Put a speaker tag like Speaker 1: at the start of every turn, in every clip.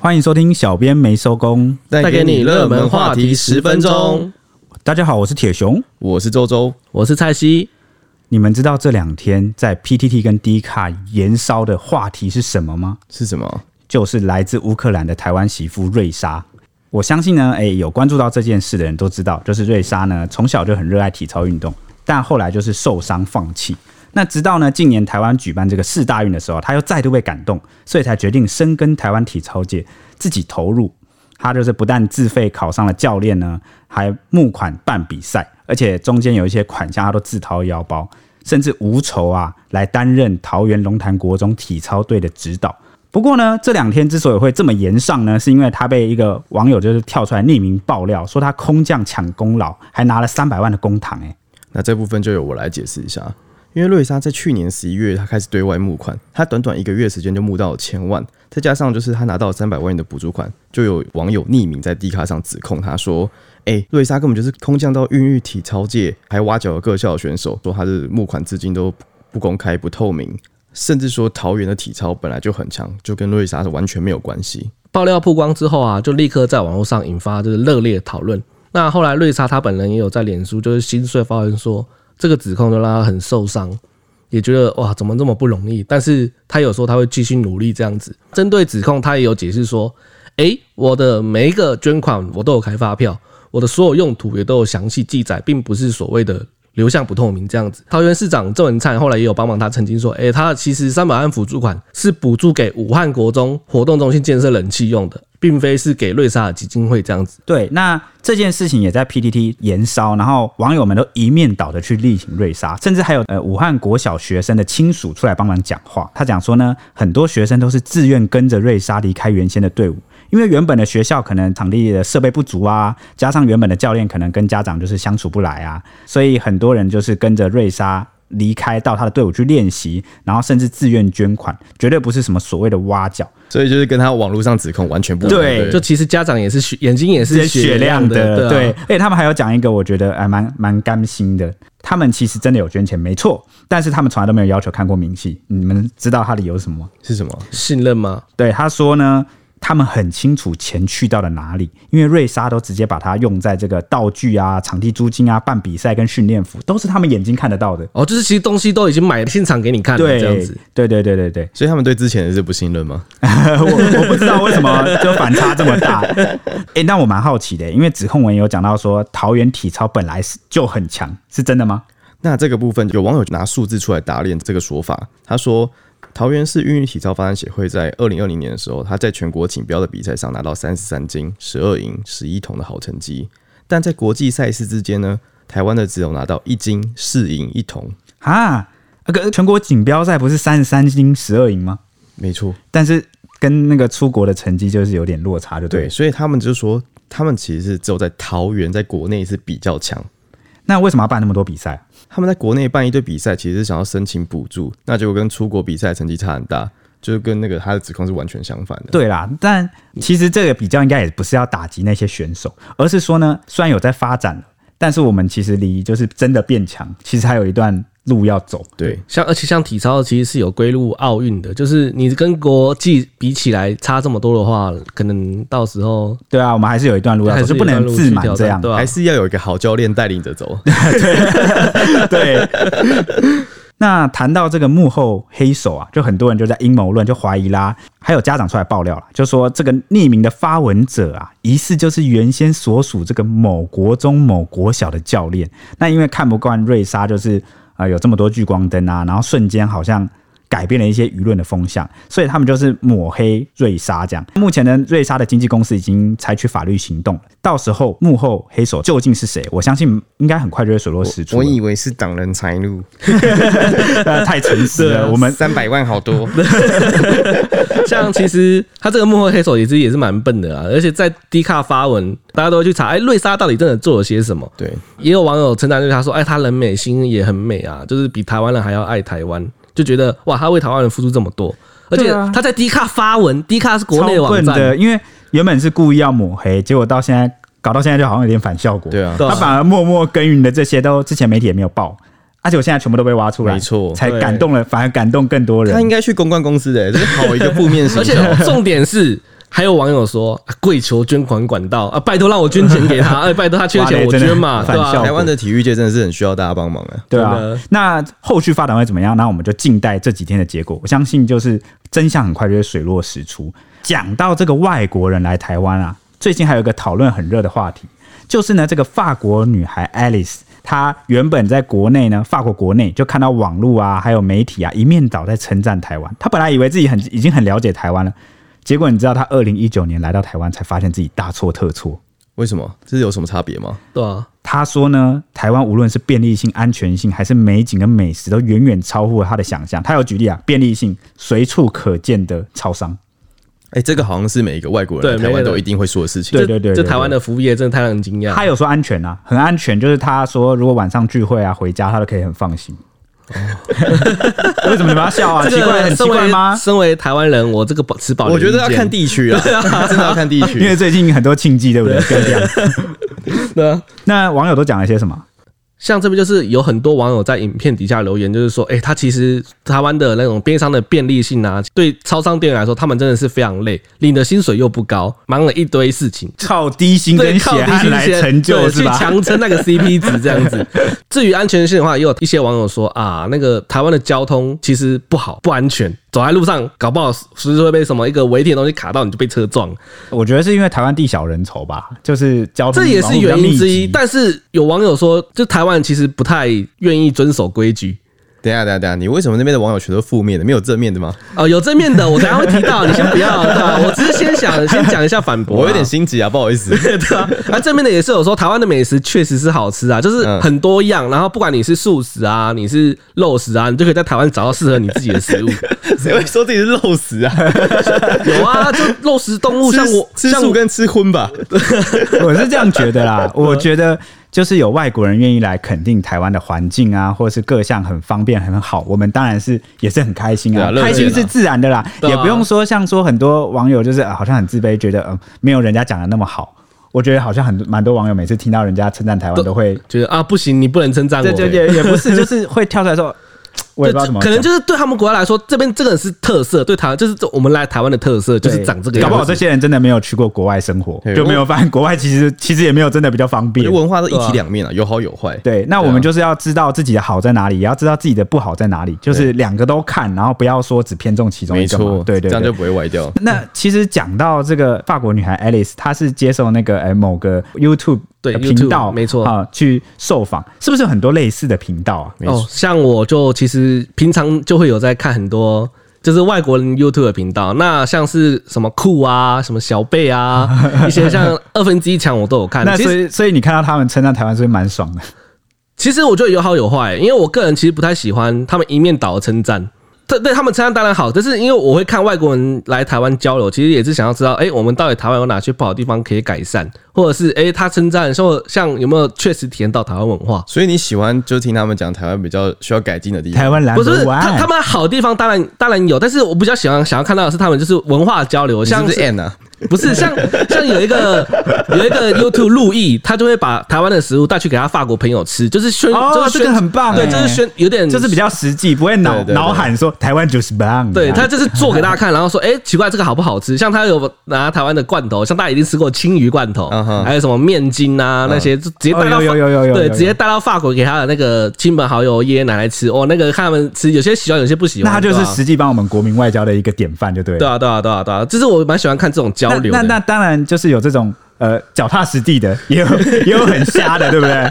Speaker 1: 欢迎收听《小编没收工》。
Speaker 2: 带给你热门话题十分钟。
Speaker 1: 大家好，我是铁熊。
Speaker 2: 我是周周，
Speaker 3: 我是蔡西，
Speaker 1: 你们知道这两天在 PTT 跟 D 卡延烧的话题是什么吗？
Speaker 2: 是什么？
Speaker 1: 就是来自乌克兰的台湾媳妇瑞莎。我相信呢，诶，有关注到这件事的人都知道，就是瑞莎呢从小就很热爱体操运动，但后来就是受伤放弃。那直到呢近年台湾举办这个世大运的时候，她又再度被感动，所以才决定深耕台湾体操界，自己投入。她就是不但自费考上了教练呢，还募款办比赛，而且中间有一些款项她都自掏腰包，甚至无酬啊来担任桃园龙潭国中体操队的指导。不过呢，这两天之所以会这么延上呢，是因为他被一个网友就是跳出来匿名爆料，说他空降抢功劳，还拿了三百万的公帑、欸。哎，
Speaker 2: 那这部分就由我来解释一下。因为瑞莎在去年十一月，她开始对外募款，她短短一个月时间就募到了千万，再加上就是她拿到三百万元的补助款，就有网友匿名在 D 卡上指控她说：“哎、瑞莎根本就是空降到孕育体操界，还挖角了各校的选手，说她的募款资金都不公开、不透明，甚至说桃园的体操本来就很强，就跟瑞莎是完全没有关系。
Speaker 3: 爆料曝光之后啊，就立刻在网络上引发就是热烈的讨论。那后来瑞莎她本人也有在脸书就是心碎发文说，这个指控就让她很受伤，也觉得哇怎么这么不容易。但是她有说她会继续努力这样子。针对指控，她也有解释说，诶、我的每一个捐款我都有开发票，我的所有用途也都有详细记载，并不是所谓的。流向不透明这样子，桃园市长郑文灿后来也有帮忙，他曾经说，诶、他其实三百万补助款是补助给武汉国中活动中心建设冷气用的，并非是给瑞莎尔基金会这样子。
Speaker 1: 对，那这件事情也在 PTT 延烧，然后网友们都一面倒的去力挺瑞莎，甚至还有呃武汉国小学生的亲属出来帮忙讲话。他讲说呢，很多学生都是自愿跟着瑞莎离开原先的队伍，因为原本的学校可能场地的设备不足啊，加上原本的教练可能跟家长就是相处不来啊，所以很多人就是跟着瑞莎。离开到他的队伍去练习，然后甚至自愿捐款，绝对不是什么所谓的挖角，
Speaker 2: 所以就是跟她网络上指控完全不一样
Speaker 1: 对
Speaker 3: 就其实家长也是血眼睛也是
Speaker 1: 雪
Speaker 3: 亮
Speaker 1: 的，
Speaker 3: 对啊、
Speaker 1: 而且他们还有讲一个，我觉得哎，蛮蛮甘心的。他们其实真的有捐钱，没错，但是他们从来都没有要求看过明细。你们知道他理由是什么吗？
Speaker 2: 是什么？
Speaker 3: 信任吗？
Speaker 1: 对，他说呢，他们很清楚钱去到了哪里，因为瑞莎都直接把它用在这个道具啊、场地租金啊、办比赛跟训练服，都是他们眼睛看得到的。
Speaker 3: 哦，就是其实东西都已经买现场给你看了，
Speaker 1: 对，
Speaker 3: 这样子。
Speaker 1: 对对对对对，
Speaker 2: 所以他们对之前的事不信任吗？
Speaker 1: 我我不知道为什么就反差这么大。哎、那我蛮好奇的，因为指控文有讲到说桃园体操本来是就很强，是真的吗？
Speaker 2: 那这个部分，有网友拿数字出来打脸这个说法。他说，桃园市孕育体操发展协会在二零二零年的时候，他在全国锦标的比赛上拿到三十三金、十二银、十一铜的好成绩，但在国际赛事之间呢，台湾的只有拿到一金、四银、一铜。
Speaker 1: 啊，那个全国锦标赛不是三十三金十二银吗？
Speaker 2: 没错，
Speaker 1: 但是跟那个出国的成绩就是有点落差，就对
Speaker 2: 对，
Speaker 1: 了。
Speaker 2: 所以他们就说，他们其实是只有在桃园，在国内是比较强。
Speaker 1: 那为什么要办那么多比赛？啊
Speaker 2: 他们在国内办一堆比赛，其实是想要申请补助，那结果跟出国比赛成绩差很大，就是跟那个他的指控是完全相反的。
Speaker 1: 对啦，但其实这个比较应该也不是要打击那些选手，而是说呢，虽然有在发展了，但是我们其实离就是真的变强，其实还有一段路要走。
Speaker 2: 对，
Speaker 3: 像而且像体操其实是有归入奥运的，就是你跟国际比起来差这么多的话，可能到时候
Speaker 1: 对啊，我们还是有一段路要
Speaker 3: 还
Speaker 1: 走，
Speaker 3: 是
Speaker 1: 就
Speaker 3: 有
Speaker 1: 不
Speaker 3: 一段
Speaker 1: 能
Speaker 3: 路
Speaker 1: 自
Speaker 3: 去
Speaker 1: 满
Speaker 3: 挑
Speaker 1: 这
Speaker 3: 战
Speaker 1: 样。
Speaker 3: 对吧、啊
Speaker 2: 还是要有一个好教练带领着走。
Speaker 1: 对。那谈到这个幕后黑手啊，就很多人就在阴谋论，就怀疑啦，还有家长出来爆料了，就说这个匿名的发文者啊，疑似就是原先所属这个某国中某国小的教练。那因为看不惯瑞莎，就是呃有这么多聚光灯啊，然后瞬间好像改变了一些舆论的风向，所以他们就是抹黑瑞莎这样。目前呢，瑞莎的经纪公司已经采取法律行动了，到时候幕后黑手究竟是谁，我相信应该很快就会水落石出了。
Speaker 2: 我以为是挡人财路， 啊
Speaker 1: 呃，太诚实
Speaker 3: 啊
Speaker 1: 了，我们
Speaker 2: 三百万好多。
Speaker 3: 像其实他这个幕后黑手也是也是蛮笨的啊，而且在 D 卡发文，大家都会去查，哎，瑞莎到底真的做了些什么？
Speaker 2: 对，啊
Speaker 3: 也有网友称赞对他说，哎，他人美心也很美啊，就是比台湾人还要爱台湾，就觉得哇，他为台湾人付出这么多，而且
Speaker 1: 对啊
Speaker 3: 他在 D 卡发文，D 卡是国内的
Speaker 1: 超
Speaker 3: 网
Speaker 1: 笨的，
Speaker 3: 站，
Speaker 1: 因为原本是故意要抹黑，结果到现在搞到现在就好像有点反效果。
Speaker 2: 对啊
Speaker 3: 对
Speaker 1: 他反而默默耕耘的这些都之前媒体也没有报，而且我现在全部都被挖出来，
Speaker 2: 没错
Speaker 1: 才
Speaker 3: 对
Speaker 1: 感
Speaker 2: 啊
Speaker 1: 动了，反而感动更多人
Speaker 2: 欸 他。应该去公关公司的、这是好一个负面形
Speaker 3: 而且
Speaker 2: 象。
Speaker 3: 重点是还有网友说，啊跪求捐款管道啊，拜托让我捐钱给他，哎，拜托他缺
Speaker 1: 哇
Speaker 3: 钱
Speaker 1: 嘞
Speaker 3: 我
Speaker 1: 真的
Speaker 3: 捐嘛，
Speaker 1: 反
Speaker 3: 对吧、
Speaker 1: 效
Speaker 2: 台湾的体育界真的是很需要大家帮忙啊。
Speaker 1: 对啊
Speaker 3: 真的，
Speaker 1: 那后续发展会怎么样？那我们就静待这几天的结果。我相信就是真相很快就会水落石出。讲到这个外国人来台湾啊，最近还有一个讨论很热的话题，就是呢这个法国女孩 Alice，她原本在国内呢，法国国内就看到网络啊，还有媒体啊一面倒在称赞台湾，她本来以为自己很已经很了解台湾了。结果你知道，她二零一九年来到台湾，才发现自己大错特错。
Speaker 2: 为什么？这是有什么差别吗？
Speaker 3: 对啊，
Speaker 1: 他说呢，台湾无论是便利性、安全性，还是美景跟美食，都远远超乎了他的想象。他有举例啊，便利性随处可见的超商，
Speaker 3: 嗯
Speaker 2: 哎、这个好像是每一个外国人
Speaker 3: 对
Speaker 2: 来台
Speaker 3: 每
Speaker 2: 湾
Speaker 3: 个人
Speaker 2: 都一定会说的事情。
Speaker 1: 对
Speaker 3: 这这台湾的服务业真的太让人惊讶。
Speaker 1: 他有说安全啊，很安全，就是他说如果晚上聚会啊回家，他都可以很放心。为什么你们要笑啊？
Speaker 3: 这
Speaker 1: 奇怪，
Speaker 3: 个
Speaker 1: 很奇
Speaker 3: 身
Speaker 1: 怪
Speaker 3: 为
Speaker 1: 吗？
Speaker 3: 身为台湾人，我这个保持保留
Speaker 2: 我觉得
Speaker 3: 意
Speaker 2: 要
Speaker 3: 见
Speaker 2: 看地区 啊，真的要看地
Speaker 1: 因为
Speaker 2: 区。
Speaker 1: 最近很多庆忌，对不对？跟这样，
Speaker 3: 对啊
Speaker 1: 那网友都讲了些什 么？
Speaker 3: 像这边就是有很多网友在影片底下留言，就是说，哎、他其实台湾的那种边商的便利性啊，对超商店员来说，他们真的是非常累，啊领的薪水又不高，忙了一堆事情，
Speaker 1: 靠低薪
Speaker 3: 对，
Speaker 1: 跟
Speaker 3: 靠
Speaker 1: 血
Speaker 3: 地
Speaker 1: 汗
Speaker 3: 心
Speaker 1: 来
Speaker 3: 先
Speaker 1: 成就
Speaker 3: 对
Speaker 1: 是
Speaker 3: 去
Speaker 1: 吧？
Speaker 3: 强撑那个 CP 值这样子。至于安全性的话，也有一些网友说啊，那个台湾的交通其实不好，不安全，走在路上搞不好时时会被什么一个违停的东西卡到，你就被车撞，
Speaker 1: 我觉得是因为台湾地小人稠吧，就是交通
Speaker 3: 这也
Speaker 1: 网
Speaker 3: 是
Speaker 1: 络比较
Speaker 3: 原因
Speaker 1: 密
Speaker 3: 之
Speaker 1: 集
Speaker 3: 一。但是有网友说，就台湾其实不太愿意遵守规矩。
Speaker 2: 等一下，等一下，等一下，你为什么那边的网友全都负面的，没有正面的吗？
Speaker 3: 哦，有正面的，我等一下会提到，你先不要，对 吧、我只是先想先讲一下反驳啊、
Speaker 2: 我有点心急啊，不好意思。
Speaker 3: 对啊，那正面的也是有说，台湾的美食确实是好吃啊，就是
Speaker 1: 嗯
Speaker 3: 很多样，然后不管你是素食啊，你是肉食啊，你就可以在台湾找到适合你自己 的食物。
Speaker 2: 谁会说自己是肉食啊？
Speaker 3: 有啊，就肉食动
Speaker 1: 哦
Speaker 3: 物，
Speaker 2: 吃
Speaker 3: 像我，
Speaker 2: 吃
Speaker 3: 像
Speaker 2: 素
Speaker 3: 我，
Speaker 2: 跟吃荤吧，
Speaker 1: 我是这样觉得 啦，
Speaker 3: 嗯
Speaker 1: 我觉得就是有外国人愿意来肯定台湾的环境啊，或者是各项很方便很好，我们当然是也是很开心啊，
Speaker 2: 对啊
Speaker 1: 开心是自然的啦，
Speaker 3: 对啊
Speaker 1: 也不用说像说很多网友就是、啊好像很自卑，觉得嗯、呃没有人家讲的那么好。我觉得好像很多蛮多网友每次听到人家称赞台湾都会，
Speaker 3: 觉得啊不行，你不能称赞我。
Speaker 1: 对对对，也不 是就是会跳出来说，我也不知道怎么
Speaker 3: 可
Speaker 1: 讲，
Speaker 3: 能就是对他们国家来说，这边这个是特色，对台湾就是我们来台湾的特色就
Speaker 1: 对
Speaker 3: 是长这个样
Speaker 1: 搞不
Speaker 3: 子。
Speaker 1: 好这些人真的没有去过国外生活，
Speaker 2: 对
Speaker 1: 就没有发现国外其实其实也没有真的比较方
Speaker 2: 我
Speaker 1: 便
Speaker 2: 觉得。文化都一体两面啊，有好有坏。
Speaker 1: 对，那我
Speaker 2: 对
Speaker 1: 们
Speaker 2: 啊
Speaker 1: 就是要知道自己的好在哪里，也要知道自己的不好在哪里，就是两个都看，然后不要说只偏重其中
Speaker 2: 没
Speaker 1: 一个嘛
Speaker 2: 错，。
Speaker 1: 啊对对
Speaker 2: 这样就
Speaker 1: 对。
Speaker 2: 不会歪掉。
Speaker 1: 那其实讲到这个法国女孩 Alice，她是接受那个哎某个 YouTube
Speaker 3: 对
Speaker 1: 的频道
Speaker 3: YouTube，没错
Speaker 1: 啊去受访，是不是有很多类似的频道啊？
Speaker 2: 没
Speaker 3: 哦
Speaker 2: 错，
Speaker 3: 像我就其实平常就会有在看很多。就是外国人 YouTube 的频道，那像是什么酷啊、什么小 贝啊，一些像二分之一强我都有看。
Speaker 1: 那
Speaker 3: 其
Speaker 1: 所
Speaker 3: 实
Speaker 1: 以所以你看到他们称赞台湾，是不是蛮爽的？
Speaker 3: 其实我觉得有好有坏，因为我个人其实不太喜欢他们一面倒的称赞。对对，他们称赞当然好，但是因为我会看外国人来台湾交流，其实也是想要知道，哎，我们到底台湾有哪些不好的地方可以改善，或者是哎，他称赞说像有没有确实体验到台湾文化。
Speaker 2: 所以你喜欢就听他们讲台湾比较需要改进的地
Speaker 1: 台
Speaker 2: 方。
Speaker 1: 湾蓝
Speaker 3: 嗯不是
Speaker 1: 湾
Speaker 3: 他他们好地方当然当然有，但是我比较喜欢想要看到的是他们就是文化交流，
Speaker 2: 你是
Speaker 3: 像
Speaker 2: 不是 N 啊？
Speaker 3: 不是像像有 一个有一个 YouTube 陆毅，他就会把台湾的食物带去给他法国朋友吃，就是宣
Speaker 1: 哦
Speaker 3: 就是宣
Speaker 1: 这个很棒
Speaker 3: 对，
Speaker 1: 哎
Speaker 3: 就是宣有点
Speaker 1: 就是比较实际，不会脑
Speaker 2: 对对对
Speaker 1: 脑喊说台湾就是棒。
Speaker 3: 对他就是做给大家看，然后说，哎、奇怪，这个好不好吃？像他有拿台湾的罐头，像大家一定吃过青鱼罐头
Speaker 2: 嗯哼
Speaker 3: 还有什么面筋啊那些，就直接带到
Speaker 1: 哦
Speaker 3: 法
Speaker 1: 有有有有有
Speaker 3: 对，
Speaker 1: 有
Speaker 3: 直接带到法国给他的那个亲朋好友、爷爷奶奶吃。哦，那个看他们吃，有些喜欢，有些不喜
Speaker 1: 那他
Speaker 3: 欢。
Speaker 1: 就是
Speaker 3: 对啊
Speaker 1: 实际帮我们国民外交的一个典范，就对了
Speaker 3: 对。啊，对啊，对啊，对啊，就是我蛮喜欢看这种交流
Speaker 1: 那那那
Speaker 3: 的。
Speaker 1: 当然就是有这种呃脚踏实地的， 也有也有很瞎的，对不 对？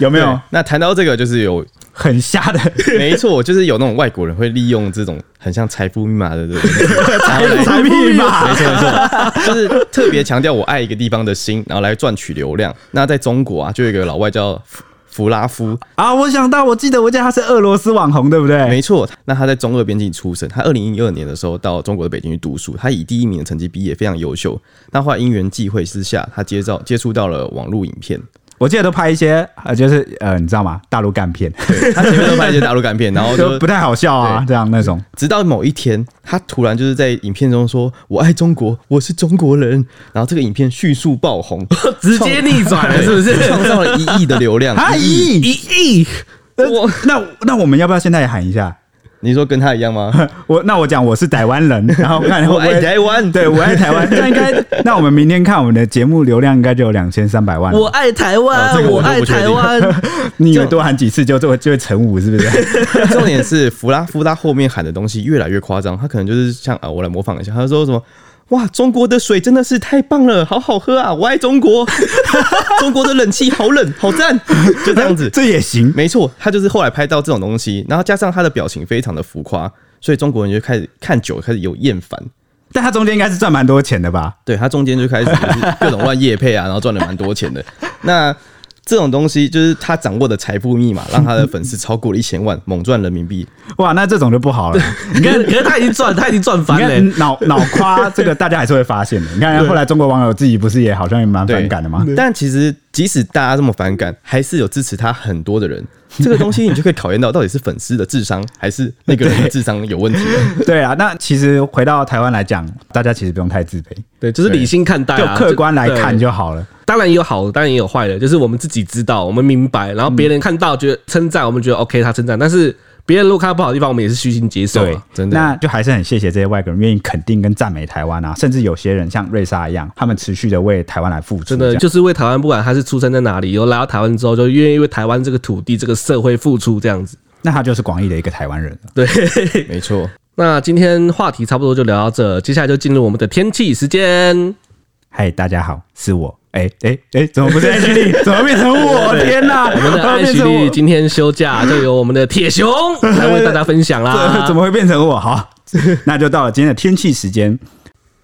Speaker 1: 有没有
Speaker 2: 对那谈到这个，就是有
Speaker 1: 很瞎的？
Speaker 2: 没错，就是有那种外国人会利用这种很像财富密码的这 种财富
Speaker 1: 财密码
Speaker 2: 没错没错，就是特别强调我爱一个地方的心，然后来赚取流量。那在中国啊，就有一个老外叫弗弗拉夫，
Speaker 1: 啊！我想到，我记得我记得他是俄罗斯网红，对不对？
Speaker 2: 没错，那他在中俄边境出生，他二零一二年的时候到中国的北京去读书，他以第一名的成绩毕业，非常优秀。那后来因缘际会之下，他接到接触到了网络影片，
Speaker 1: 我记得都拍一些呃，就是呃，你知道吗？大陆干片，
Speaker 2: 他前面都拍一些大陆干片，然后
Speaker 1: 就
Speaker 2: 就
Speaker 1: 不太好笑啊，这样那种。
Speaker 2: 直到某一天，他突然就是在影片中说：“我爱中国，我是中国人。”然后这个影片迅速爆红，
Speaker 3: 直接逆转了，是不是？
Speaker 2: 创造了 一亿的流量。
Speaker 1: 啊
Speaker 2: 一亿
Speaker 1: 咦，呃那
Speaker 3: 一亿，我
Speaker 1: 那那我们要不要现在也喊一下？
Speaker 2: 你说跟他一样 吗？
Speaker 1: 我那我讲我是台湾人， 然后看
Speaker 2: 哎我
Speaker 1: 会不
Speaker 2: 爱
Speaker 1: 会
Speaker 2: 台湾，
Speaker 1: 对我爱台湾，那应该那我们明天看我们的节目流量应该就有两千三百万了。
Speaker 3: 我爱台
Speaker 1: 啊
Speaker 2: 哦这
Speaker 3: 湾，
Speaker 2: 个我
Speaker 3: 我
Speaker 2: 就
Speaker 3: 爱
Speaker 2: 不确定
Speaker 3: 台湾，
Speaker 1: 你以为多喊几次就就会就会乘五是不是？
Speaker 2: 重点是弗拉夫拉后面喊的东西越来越夸张，他可能就是像啊，我来模仿一下，他说什么。哇，中国的水真的是太棒了，好好喝啊！我爱中国，中国的冷气好冷，好赞，就这样子。
Speaker 1: 这也行。
Speaker 2: 没错，他就是后来拍到这种东西，然后加上他的表情非常的浮夸，所以中国人就开始看久了开始有厌烦。
Speaker 1: 但他中间应该是赚蛮多钱的吧？
Speaker 2: 对他中间就开始就是各种乱夜配啊，然后赚了蛮多钱的。那这种东西就是他掌握的财富密码，让他的粉丝超过了一千万，猛赚人民币。
Speaker 1: 哇，那这种就不好了。
Speaker 3: 你看，可是他已经赚，他已经赚
Speaker 1: 你
Speaker 3: 翻了。
Speaker 1: 看脑脑瓜这个大家还是会发现的。你看后来中国网友自己不是也好像也蛮
Speaker 2: 对
Speaker 1: 反感的吗？
Speaker 2: 但其实即使大家这么反感，还是有支持他很多的人。 这个东西你就可以考验到到底是粉丝的智商，还是那个人的智商有问题。
Speaker 1: 对啊，那其实回到台湾来讲，大家其实不用太自卑，
Speaker 3: 对，就是理性看待
Speaker 1: 就
Speaker 3: 啊，
Speaker 1: 客观来看
Speaker 3: 对
Speaker 1: 就好了。
Speaker 3: 当然也有好的，当然也有坏的，就是我们自己知道，我们明白，然后别人看到觉得称赞，我们觉得 OK，他称赞，但是别人如果看到不好的地方，我们也是虚心接受
Speaker 1: 对
Speaker 3: 啊。，
Speaker 2: 真的
Speaker 1: 那就还是很谢谢这些外国人愿意肯定跟赞美台湾啊，甚至有些人像瑞莎一样，他们持续的为台湾来付出，
Speaker 3: 真的
Speaker 1: 这样
Speaker 3: 就是为台湾，不管他是出生在哪里，有来到台湾之后，就愿意为台湾这个土地、这个社会付出这样子。
Speaker 1: 那他就是广义的一个台湾人了。
Speaker 3: 对，
Speaker 2: 没错，
Speaker 3: 那今天话题差不多就聊到这，接下来就进入我们的天气时间。
Speaker 1: 嗨，大家好，是我。哎哎哎，怎么不是 H 丽？ 怎么变成我？天哪！
Speaker 3: 我们的
Speaker 1: 怎么
Speaker 3: 艾
Speaker 1: 变
Speaker 3: 徐
Speaker 1: 成
Speaker 3: 丽
Speaker 1: 我
Speaker 3: 今天休假，就由我们的铁熊来为大家分享 啦。
Speaker 1: 这怎么会变成我？好， 那就到了今天的天气时间。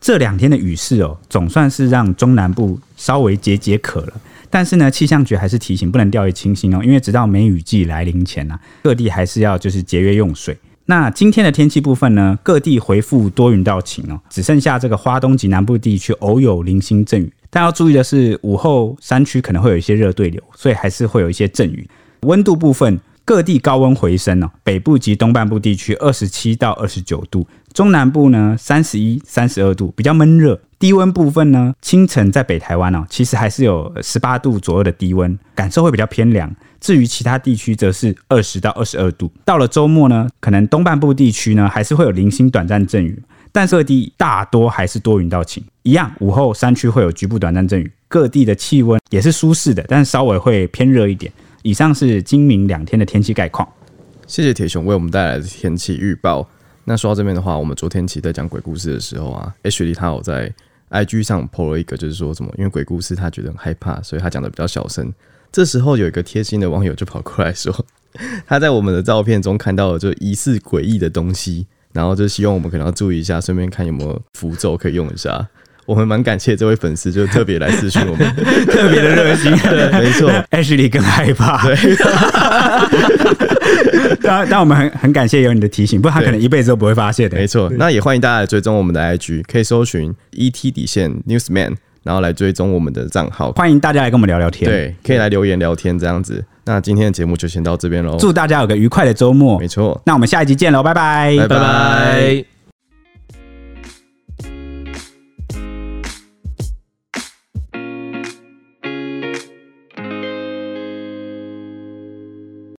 Speaker 1: 这两天的雨势哦，总算是让中南部稍微解解渴了。但是呢，气象局还是提醒不能掉以轻心哦，因为直到梅雨季来临前呢、啊，各地还是要就是节约用水。那今天的天气部分呢，各地回复多云到晴哦，只剩下这个花东及南部地区偶有零星阵雨。但要注意的是，午后山区可能会有一些热对流，所以还是会有一些阵雨。温度部分，各地高温回升哦，北部及东半部地区二十七到二十九度，中南部呢三十一、三十二度，比较闷热。低温部分呢，清晨在北台湾哦，其实还是有十八度左右的低温，感受会比较偏凉。至于其他地区，则是二十到二十二度。到了周末呢，可能东半部地区呢还是会有零星短暂阵雨，但各地大多还是多云到晴。一样，午后山区会有局部短暂阵雨，各地的气温也是舒适的，但稍微会偏热一点。以上是今明两天的天气概况。
Speaker 2: 谢谢铁熊为我们带来的天气预报。那说到这边的话，我们昨天其实在讲鬼故事的时候啊，H 丽他有在 IG 上 po 了一个，就是说什么，因为鬼故事他觉得很害怕，所以他讲的比较小声。这时候有一个贴心的网友就跑过来说，他在我们的照片中看到了就疑似诡异的东西，然后就希望我们可能要注意一下，顺便看有没有符咒可以用一下。我们蛮感谢这位粉丝，就特别来私讯我们， 特别的 热心，对，没错。
Speaker 1: Ashley 更害怕，但但我们很很感谢有你的提醒，不然他可能一辈子都不会发现的
Speaker 2: 没。错，那也欢迎大家来追踪我们的 IG，可以搜寻 ET 底线 Newsman，然后来追踪我们的账号。
Speaker 1: 欢迎大家来跟我们聊聊天，，
Speaker 2: 对，可以来留言聊天这样子。那今天的节目就先到这边喽，
Speaker 1: 祝大家有个愉快的周末
Speaker 2: 没。错，
Speaker 1: 那我们下一集见喽，拜拜，
Speaker 2: 拜
Speaker 3: 拜拜。